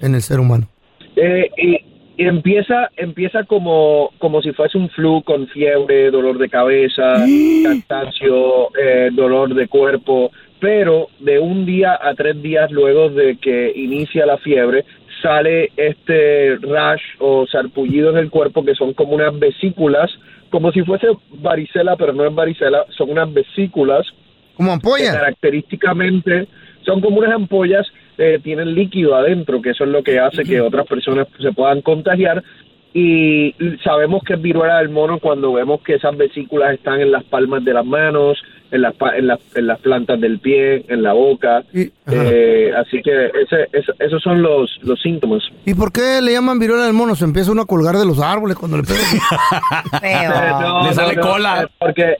en el ser humano?
Eh, y, y empieza empieza como como si fuese un flu con fiebre, dolor de cabeza, cansancio, eh, dolor de cuerpo, pero de un día a tres días luego de que inicia la fiebre sale este rash o sarpullido en el cuerpo que son como unas vesículas, como si fuese varicela, pero no es varicela, son unas vesículas
como ampollas.
característicamente son como unas ampollas, eh, tienen líquido adentro, que eso es lo que hace que otras personas se puedan contagiar. Y sabemos que es viruela del mono cuando vemos que esas vesículas están en las palmas de las manos, en las, pa- en las, en las plantas del pie, en la boca. Eh, así que ese, ese- esos son los, los síntomas.
¿Y por qué le llaman viruela del mono? Se empieza uno a colgar de los árboles cuando le pegan.
No,
Le
no,
sale
no,
cola.
es porque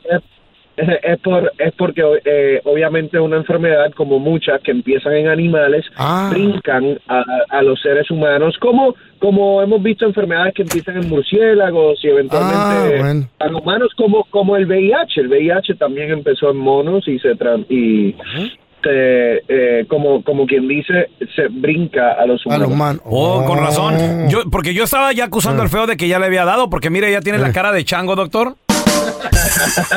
es, es por, es porque eh, obviamente es una enfermedad como muchas que empiezan en animales brincan a, a los seres humanos como como hemos visto enfermedades que empiezan en murciélagos y eventualmente
Ah, bueno.
a los humanos como como el VIH el VIH también empezó en monos y se tran- y se, eh, como como quien dice se brinca a los humanos
Oh, con razón. Yo, porque yo estaba ya acusando al feo de que ya le había dado, porque mire, ya tiene la cara de chango, doctor.
Eh.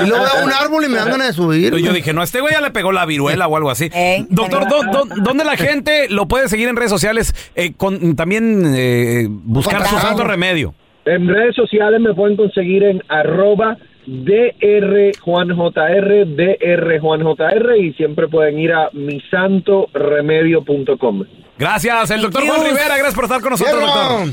Y luego veo un árbol y me dan ganas de subir.
Y yo dije, no, a este güey ya le pegó la viruela o algo así.
Eh,
Doctor, ¿dó- dó- ¿dónde la gente lo puede seguir en redes sociales? Eh, con, también eh, buscar su
Contrario.
santo remedio.
En redes sociales me pueden conseguir en arroba drjuanjr, drjuanjr y siempre pueden ir a misantoremedio.com.
Gracias, el doctor Juan
Dios.
Rivera. Gracias por estar con nosotros,
Fierro.
doctor.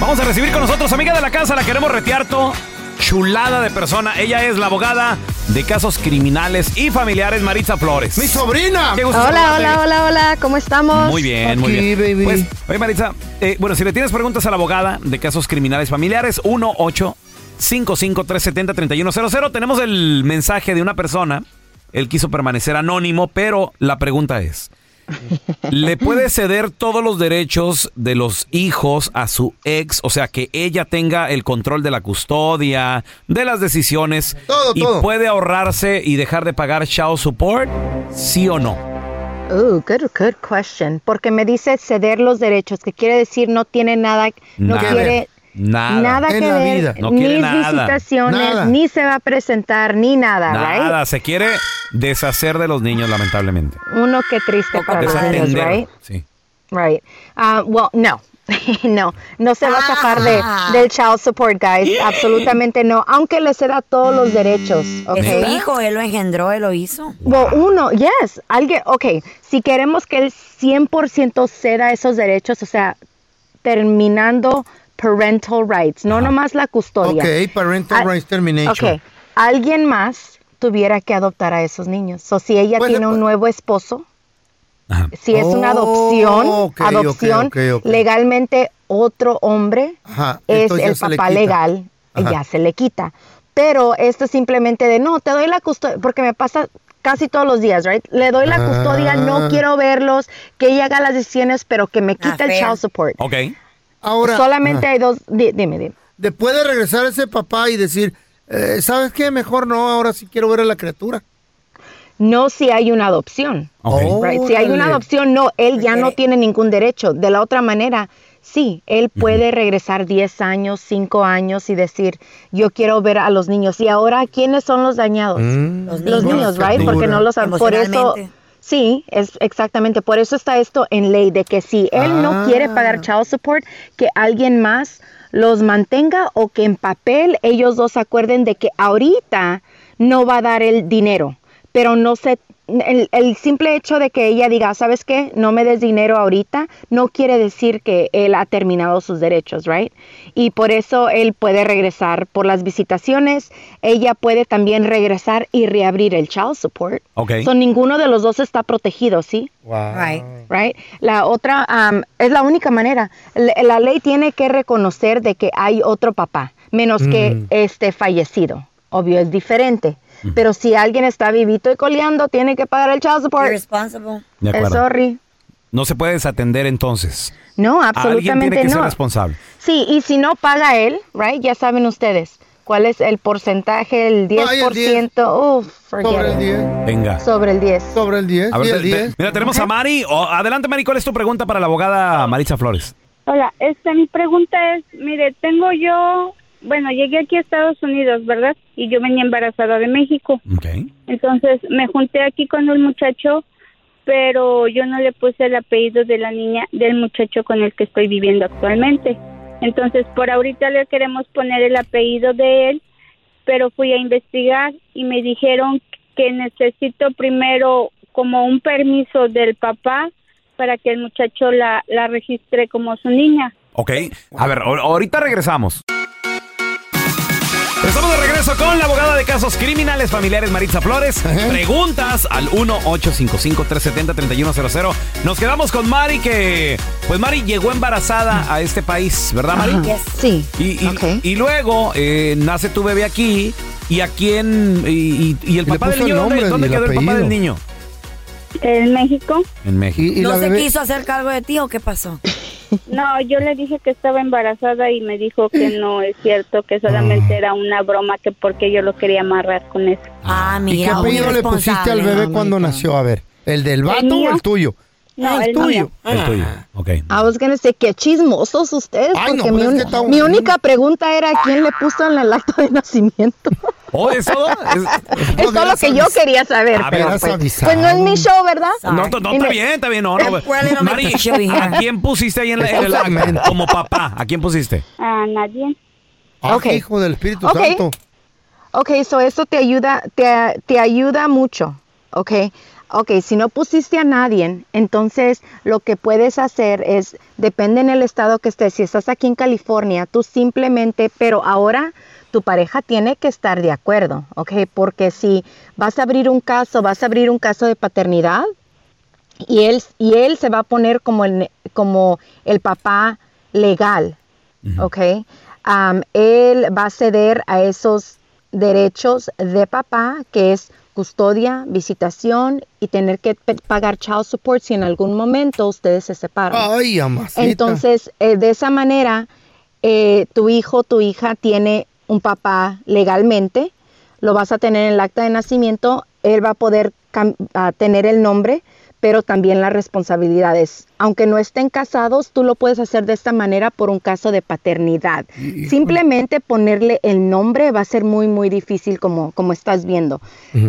Vamos a recibir con nosotros, amiga de la casa, la queremos retear to. Chulada de persona. Ella es la abogada de casos criminales y familiares, Maritza Flores. ¡Mi
sobrina!
Qué gusto
Hola,
saludarte.
hola, hola, hola, ¿cómo estamos?
Muy bien, muy bien. Pues, oye, Maritza, eh, bueno, si le tienes preguntas a la abogada de casos criminales familiares, 1 8 370 3100 Tenemos el mensaje de una persona. Él quiso permanecer anónimo, pero la pregunta es: ¿le puede ceder todos los derechos de los hijos a su ex? O sea, que ella tenga el control de la custodia, de las decisiones.
Todo,
y
todo.
puede ahorrarse y dejar de pagar child support, ¿sí o no?
Ooh, good, good question. Porque me dice ceder los derechos, que quiere decir no tiene nada, no
Nada.
quiere
Nada.
nada, que ver,
No quiere
ni
nada.
visitaciones, ni se va a presentar, ni nada,
Nada, se quiere deshacer de los niños, lamentablemente.
right? Uno que triste para los niños,
Desatender.
right?
Sí.
Right. Uh, well, no. No, no se va a zafar de, del child support, guys. Absolutamente no. Aunque le ceda todos los derechos.
Ah,
Es
okay?
su hijo, él lo engendró, él lo hizo.
Bueno, uno, yes, alguien, ok, si queremos que él 100% ceda esos derechos, o sea, terminando parental rights, no nomás la custodia.
Ok, parental
Al-
rights termination.
Ok, alguien más tuviera que adoptar a esos niños. O si ella
Pues,
tiene
eh,
un nuevo esposo, si es una adopción,
Oh, ok, ok,
adopción
ok, ok.
legalmente otro hombre
Ajá,
es
entonces
el
ya se le
papá
quita.
legal,
Ajá.
ya se le quita. Pero esto es simplemente de, no, te doy la custodia, porque me pasa casi todos los días, ¿right? Le doy la custodia,
Ah.
no quiero verlos, que ella haga las decisiones, pero que me quita el child support.
Ok.
Ahora.
Solamente
Ajá.
hay dos, di- dime, dime.
Después de regresar ese papá y decir, eh, ¿sabes qué? Mejor no, ahora sí quiero ver a la criatura.
No si hay una adopción. Right, Si hay una
Órale.
adopción, no, él ya no tiene ningún derecho. De la otra manera, sí, él puede regresar 10 años, 5 años y decir, yo quiero ver a los niños. Y ahora, ¿quiénes son los dañados?
Los
Los
niños.
niños, right? Porque no los han. Por eso,
Emocionalmente.
sí, es exactamente. Por eso está esto en ley de que si él no quiere pagar child support, que alguien más los mantenga o que en papel ellos dos acuerden de que ahorita no va a dar el dinero, pero no se el, el simple hecho de que ella diga, ¿sabes qué? No me des dinero ahorita, no quiere decir que él ha terminado sus derechos, ¿right? Y por eso él puede regresar por las visitaciones, ella puede también regresar y reabrir el child support.
Ok.
So, ninguno de los dos está protegido, ¿sí?
Right.
Right. La otra um, es la única manera. Le- La ley tiene que reconocer de que hay otro papá, menos que
Mm.
este fallecido. Obvio, es diferente. Pero si alguien está vivito y coleando, tiene que pagar el child support.
De
Eh,
acuerdo.
sorry.
No se puede desatender entonces.
No,
Alguien tiene
absolutamente
que ser
no.
responsable.
Sí, y si no paga él, right, ya saben ustedes cuál es el porcentaje, el 10%.
Ay, el 10.
Uf, forget
Sobre el
it.
10.
Venga.
Sobre el 10.
Sobre el 10.
A ver,
sí,
te-
el 10.
te- mira, tenemos a Mari. O- adelante, Mari, ¿cuál es tu pregunta para la abogada Maritza Flores?
Hola, este, mi pregunta es, mire, tengo yo, bueno, llegué aquí a Estados Unidos, ¿verdad? Y yo venía embarazada de México. Entonces me junté aquí con un muchacho, pero yo no le puse el apellido de la niña, del muchacho con el que estoy viviendo actualmente. Entonces por ahorita le queremos poner el apellido de él, pero fui a investigar y me dijeron que necesito primero como un permiso del papá para que el muchacho la, la registre como su niña.
Ok. A ver, ahor- ahorita regresamos. Estamos de regreso con la abogada de casos criminales familiares Maritza Flores. Preguntas al 1-855-370-3100. Nos quedamos con Mari que, pues Mari llegó embarazada a este país, ¿verdad Mari?
Sí.
Y, y- y luego eh, nace tu bebé aquí y a quién y, y- y el
Y le
papá del
puso el
niño ¿dónde-
nombre
dónde,
y el
quedó el papá del
apellido.
niño
¿En México?
en México.
y
¿No
la
se
bebé-
quiso hacer cargo de ti o qué pasó?
No, yo le dije que estaba embarazada y me dijo que no es cierto, que
Ah.
solamente era una broma, que porque yo lo quería amarrar con eso.
Ah,
¿Y qué apellido le pusiste al bebé cuando nació? A ver, ¿el del vato o
mío?
el tuyo?
No,
Ah,
el mío.
El tuyo. Ok.
I was gonna say, qué este chismosos ustedes,
Ay, no,
porque mi,
pero es
un-
que está un-
mi única pregunta era quién le puso en el acto de nacimiento.
Oh, ¿es todo?
Es todo lo que yo quería saber.
Ah,
Pero
hubieras
pues,
avisado.
pues no es mi show, ¿verdad?
No, no, no,
Y
está
me-
bien, está bien, no, no. Mari,
"Ah".
¿a quién pusiste ahí en, la, en el acta? Como papá, ¿a quién pusiste?
A nadie.
Ok.
Ah, Hijo del Espíritu
Ok.
Santo.
Ok, so eso te ayuda, te, te ayuda mucho, ok. Ok, si no pusiste a nadie, entonces lo que puedes hacer es, depende en el estado que estés, si estás aquí en California, tú simplemente, pero ahora tu pareja tiene que estar de acuerdo, ok, porque si vas a abrir un caso, vas a abrir un caso de paternidad, y él, y él se va a poner como el, como el papá legal, ¿ok? Am, él va a ceder a esos derechos de papá, que es custodia, visitación y tener que pe- pagar child support si en algún momento ustedes se separan.
Ay, amacita.
Entonces, eh, de esa manera, eh, tu hijo, tu hija tiene un papá legalmente, lo vas a tener en el acta de nacimiento, él va a poder cam- a tener el nombre, pero también las responsabilidades. Aunque no estén casados, tú lo puedes hacer de esta manera por un caso de paternidad. Simplemente ponerle el nombre va a ser muy, muy difícil como, como estás viendo.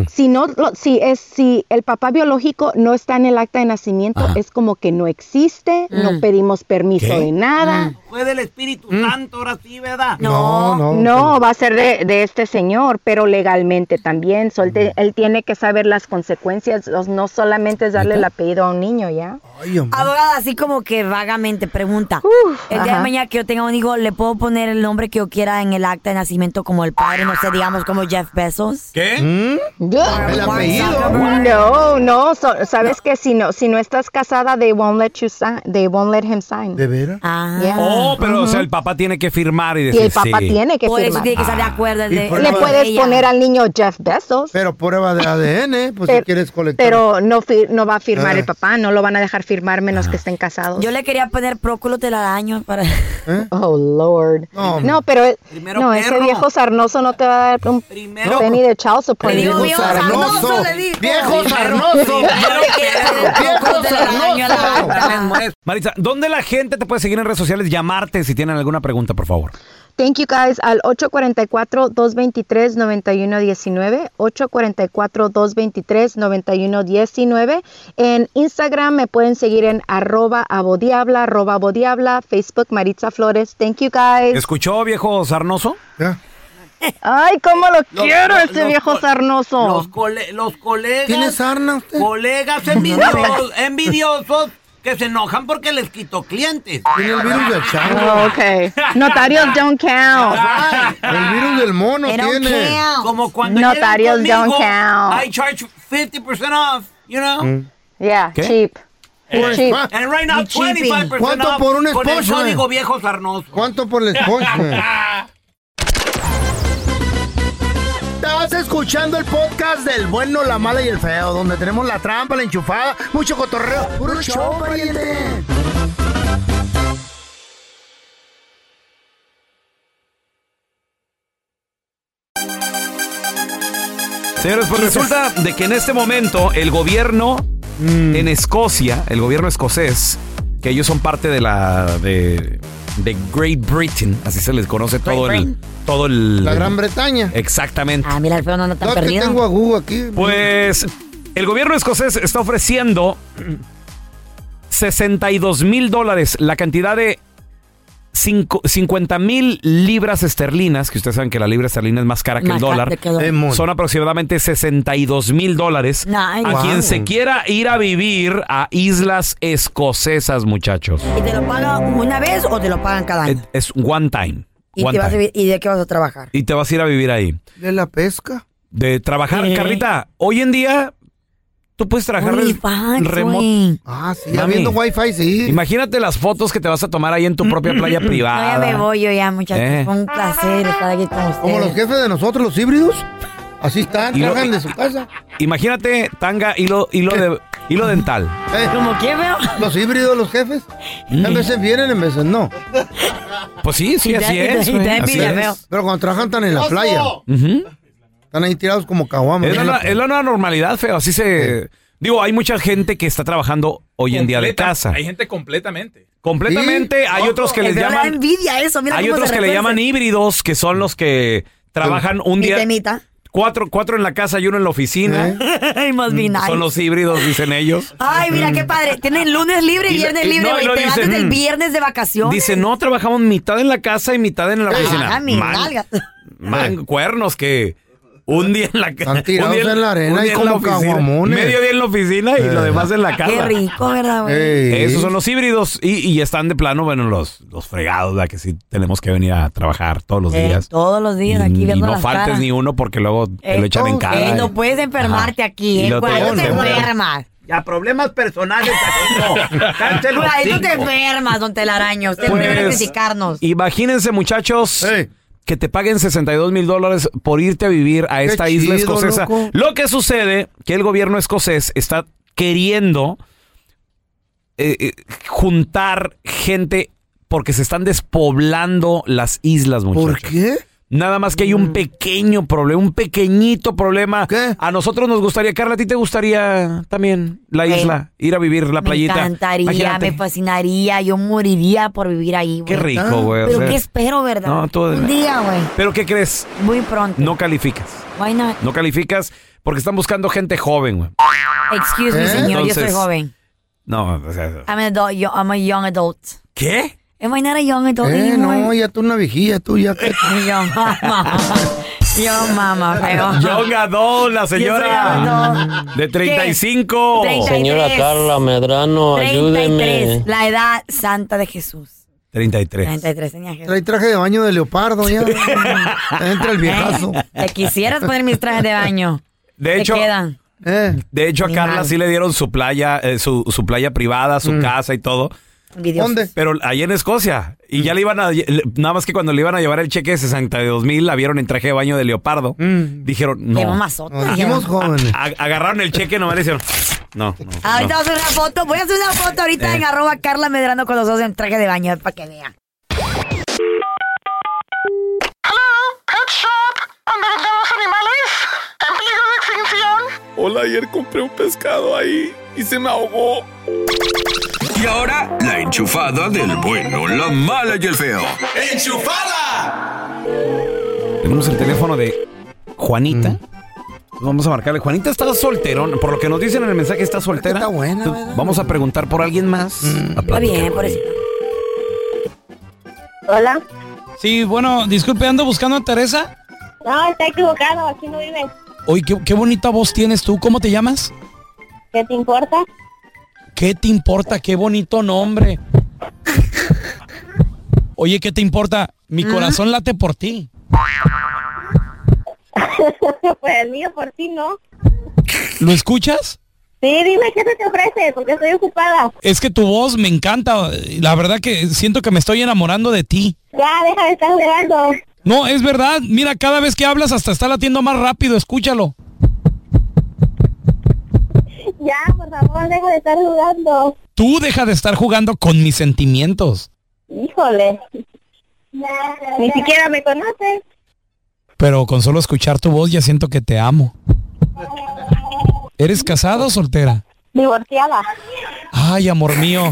Si no, lo- si es si el papá biológico no está en el acta de nacimiento, es como que no existe, no pedimos permiso
¿Qué?
de nada.
Fue del Espíritu Santo, ahora sí, ¿verdad?
Mm. No, no,
pues,
va a ser de, de este señor, pero legalmente también. So, él, te- él tiene que saber las consecuencias, los- no solamente es darle el apellido a un niño, ¿ya?
Abogada, así como que vagamente pregunta. el día
ajá.
de mañana que yo tenga un hijo, ¿le puedo poner el nombre que yo quiera en el acta de nacimiento como el padre, no sé, digamos como Jeff Bezos?
¿Qué?
¿Mm?
El No, no, so- sabes que si no, si no estás casada, they won't let you sign, they won't let him sign.
¿De veras?
Yeah.
Oh, pero o sea,
Ujú.
el papá tiene que firmar y
Ah. Y
decir
el papá
sí.
tiene que
Por eso
firmar. Ah.
tiene que estar de acuerdo el
Y
de-
por
Le
eso-
puedes poner al niño Jeff Bezos.
Pero prueba de ADN, pues si
Pero-
quieres colectar.
Pero no, fir- no va a firmar
Ah.
el papá, no lo van a dejar firmar menos que estén casados.
Yo le quería poner próculo telaraño para...
¿Eh?
Oh, Lord. No, pero eh, no, ese viejo sarnoso no te va a dar un penny de child support.
Le digo,
Viejo
viejo sarnoso, sarnoso, le digo.
Viejo
sarnoso.
Viejo
Maritza, ¿dónde la gente te puede seguir en redes sociales? Llamarte si tienen alguna pregunta, por favor.
Thank you guys al 844-223-9119, 844-223-9119. En Instagram me pueden seguir en arroba abodiabla, arroba abodiabla, Facebook Maritza Flores. Thank you guys.
¿Escuchó, viejo sarnoso?
Ay, cómo lo
Los-
quiero
los-
ese
los
viejo
col-
sarnoso.
Los, cole- los colegas.
¿Tiene Oh. sarna
Colegas envidiosos, envidiosos que se enojan porque les quito clientes.
Tiene el virus del chango.
Oh, ok. Notarios don't count.
El virus del mono
They don't
tiene.
count.
Como cuando
Notarios
llegan
don't
conmigo,
count.
I charge 50% off, you know.
Yeah,
¿Qué?
cheap.
Eh,
Cheap.
And right now,
You cheapy.
25%
¿Cuánto
off
por un
Con el
esposo, eh?
código viejo sarnoso.
¿Cuánto por el eh. Estás escuchando el podcast del bueno, la mala y el feo, donde tenemos la trampa, la enchufada, mucho cotorreo. ¡Puro show, pariente!
Señores, pues resulta de que en este momento el gobierno
Mm.
en Escocia, el gobierno escocés, que ellos son parte de la de, de Great Britain, así se les conoce todo el todo el
La Gran Bretaña.
Exactamente.
Ah, mira, el feo no anda tan
No, es que
perdido.
tengo a Google aquí.
Pues el gobierno escocés está ofreciendo 62 mil dólares, la cantidad de cinco- 50 mil libras esterlinas, que ustedes saben que la libra esterlina es más cara que
Más
el
cara
dólar.
que el dólar. Eh, muy.
Son aproximadamente 62 mil dólares.
Nice.
A
Wow.
quien se quiera ir a vivir a islas escocesas, muchachos.
¿Y te lo pagan una vez o te lo pagan cada año?
Es one time.
¿Y,
one
te vas a
time.
vi- ¿Y de qué vas a trabajar?
Y te vas a ir a vivir ahí.
¿De la pesca?
De trabajar,
Eh.
Carlita, hoy en día tú puedes trabajar re-
OnlyFans,
remo-
güey.
Ah, sí,
Mami.
habiendo wifi, sí.
Imagínate las fotos que te vas a tomar ahí en tu propia playa
No,
privada.
ya me voy yo ya, muchachos.
Eh.
Fue un placer estar aquí con ustedes.
Como los jefes de nosotros, los híbridos. Así están,
Y lo-
trabajan de su casa.
Imagínate tanga hilo hilo de hilo dental.
Eh.
Mm.
¿Cómo qué veo?
Los híbridos, los jefes. A veces vienen, a veces no.
Pues sí, sí,
Y
así
te- y
es.
te- y
güey,
te
así
envidia,
es.
veo. Pero cuando trabajan están en la playa.
Ujú.
Están ahí tirados como caguamas.
Es la,
¿no?
es la nueva normalidad, feo. Así se. Digo, hay mucha gente que está trabajando hoy en día de
Completa-
casa.
Hay gente completamente.
Completamente. Hay otros que les
Pero da
llaman.
envidia eso, mira
Hay
cómo
otros
se
que le
retuerce.
llaman híbridos, que son los que trabajan un día.
Mitemita.
Cuatro, cuatro en la casa y uno en la oficina.
Ay, must be nice.
Son los híbridos, dicen ellos.
Ay, mira qué padre. Tienen lunes libre y
Y la-
viernes
y
libre,
no, y
güey.
lo
Te
dicen,
gastas el
mm.
viernes de vacaciones.
Dicen, no, trabajamos mitad en la casa y mitad en la oficina.
Ah, mis
Man-
nalgas.
man- cuernos que un día en la casa.
Están tirados en la arena y como caguamones.
Medio día en la oficina y
Eh.
lo demás en la casa.
Qué rico, ¿eh? ¿verdad, güey?
Ey.
Esos son los híbridos y, y están de plano, bueno, los, los fregados, la que sí tenemos que venir a trabajar todos los
Eh,
días. Mm,
Todos los días aquí
Y
viendo
no
las
faltes
caras.
ni uno porque luego te lo echan en
Entonces,
cara. eh.
no puedes enfermarte aquí,
Y
¿eh?
lo
Cuando
te-
te enfermas.
Ya, problemas personales.
Por ahí no te enfermas, don Telaraño. Usted viene a
Pues-
criticarnos.
Imagínense, muchachos, que te paguen 62 mil dólares por irte a vivir a
Qué
esta isla
chido,
escocesa.
loco.
Lo que sucede que el gobierno escocés está queriendo eh, eh, juntar gente porque se están despoblando las islas, muchachos. ¿Por
qué? Mm.
Nada más que hay un pequeño problema, un pequeñito problema. A nosotros nos gustaría, Carla, ¿a ti te gustaría también la
Eh,
isla? Ir a vivir la playita.
Me encantaría,
Imagínate.
me fascinaría, yo moriría por vivir ahí. güey.
Qué rico, güey, o
Pero
sea.
qué espero, ¿verdad?
No, todo-
Un día, güey.
¿Pero qué crees?
Muy pronto.
No calificas.
Why not?
No calificas porque están buscando gente joven, güey.
Excuse me,
¿Eh?
señor, yo soy
Entonces-
joven.
No, o sea,
I'm an adult, yo- I'm a young adult.
¿Qué?
Am I not a young adult
Eh,
anymore?
no, ya tú una viejilla, tú ya. que-
Yo, mamá. Yo, mamá, feo.
Young adult, la
señora.
De 35.
¿Qué? 33.
Señora Carla Medrano,
33,
ayúdeme.
la edad santa de Jesús.
33.
33 tenía Jesús.
Trae traje de baño de leopardo ya. Entra el viejazo.
Te quisieras poner mis trajes de baño.
De
Te
hecho,
quedan.
de hecho a
Eh, Ni
Carla
madre. Mm.
sí le dieron su playa, eh, su, su playa privada, su casa y todo.
Envidiosos. Mm.
Pero ahí en Escocia. Y ya le iban a. le- Nada más que cuando le iban a llevar el cheque de 62 mil, la vieron en traje de baño de leopardo. Dijeron,
Qué
no.
mamazota,
Ah,
dijeron. Mm. Dijimos
jóvenes.
a- agarraron el cheque, nomás le hicieron. No, no.
Ahorita
no.
vamos a hacer una foto. Voy a hacer una foto ahorita
Eh.
en arroba Carla Medrano con los dos en traje de baño para que vean.
Hola, ayer compré un pescado ahí y se me ahogó.
Y ahora, la enchufada del bueno, la mala y el feo.
Tenemos el teléfono de Juanita. Vamos a marcarle. Juanita está solterón. Por lo que nos dicen en el mensaje, está soltera. Está buena, Vamos a preguntar por alguien más. A
Está bien, por eso. Hola.
Sí, bueno, disculpe, ando buscando a Teresa.
No, está equivocado, aquí no vive.
Oye, qué, qué bonita voz tienes tú. ¿Cómo te llamas?
¿Qué te importa?
¿Qué te importa? Qué bonito nombre. Oye, ¿qué te importa? Mi
Ujú.
corazón late por ti.
pues el mío por ti no.
¿Lo escuchas?
Sí, dime qué se te ofrece, porque estoy ocupada.
Es que tu voz me encanta. La verdad que siento que me estoy enamorando de ti.
Ya, deja de estar jugando.
No, es verdad. Mira, cada vez que hablas hasta está latiendo más rápido. Escúchalo.
Ya, por favor, deja de estar jugando.
Tú deja de estar jugando con mis sentimientos.
Híjole. Ni siquiera me conoces.
Pero con solo escuchar tu voz ya siento que te amo. ¿Eres casada o soltera?
Divorciada.
Ay, amor mío.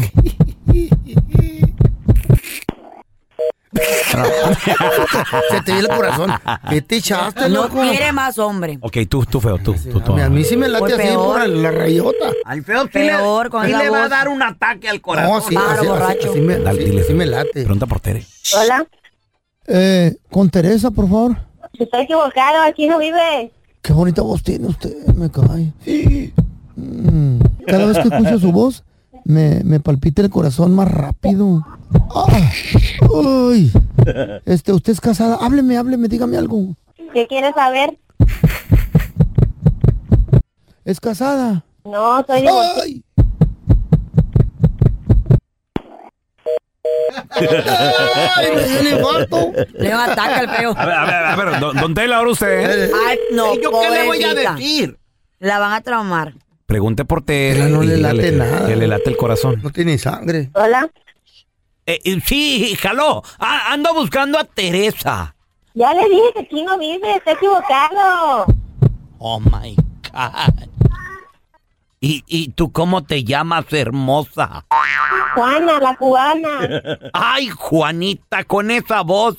Se te dio el corazón. ¿Qué te echaste,
No
loco?
quiere más hombre.
Ok, tú, tú feo, tú, tú, tú.
A mí sí me late
Fue
así
peor.
por la rayota.
Al feo sí
Peor
le,
con
sí
esa
le va a
voz.
dar un ataque al corazón.
No, sí, así, así, así me, sí, sí me late.
Pregunta por Tere.
Hola.
Eh, con Teresa, por favor.
Está equivocado, aquí no vive.
Qué bonita voz tiene usted, me cae. Mm, Cada vez que escucho su voz, me, me palpita el corazón más rápido. Ah, uy. Este, usted es casada. Hábleme, hábleme, dígame algo.
¿Qué quieres saber?
¿Es casada?
No, soy divorciada.
Ay,
me dio un infarto.
Le va a atacar el feo.
A ver, a ver, a ver, don, don Tela, ahora usted. ¿eh?
Ay, no,
¿Y yo qué le voy a
pobrecita.
decir?
La van a traumar.
Pregunte por Tere.
Ella no le
y
late
dígale
nada.
Que le late el corazón.
No tiene sangre.
Hola.
Eh, eh, sí, jaló. Ah, ando buscando a Teresa.
Ya le dije que aquí no vive, está equivocado.
Oh my God. ¿Y, ¿Y tú cómo te llamas, hermosa?
Juana, la cubana.
Ay, Juanita, con esa voz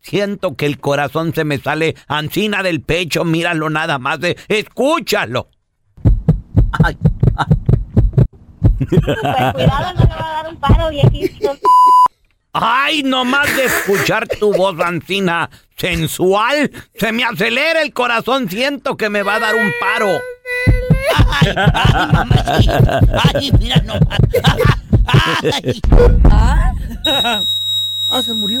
siento que el corazón se me sale ancina del pecho. Míralo nada más. eh, Escúchalo. Ay, Ah.
Pues cuidado, no le va a dar un paro, viejito.
Ay, nomás de escuchar tu voz ancina sensual, se me acelera el corazón. Siento que me va a dar un paro. Ay, ay, mamacita. Ay, mira nomás. Ay.
Ah, se murió.